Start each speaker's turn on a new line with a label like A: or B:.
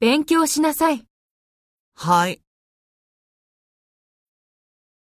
A: 勉強しなさい。
B: はい。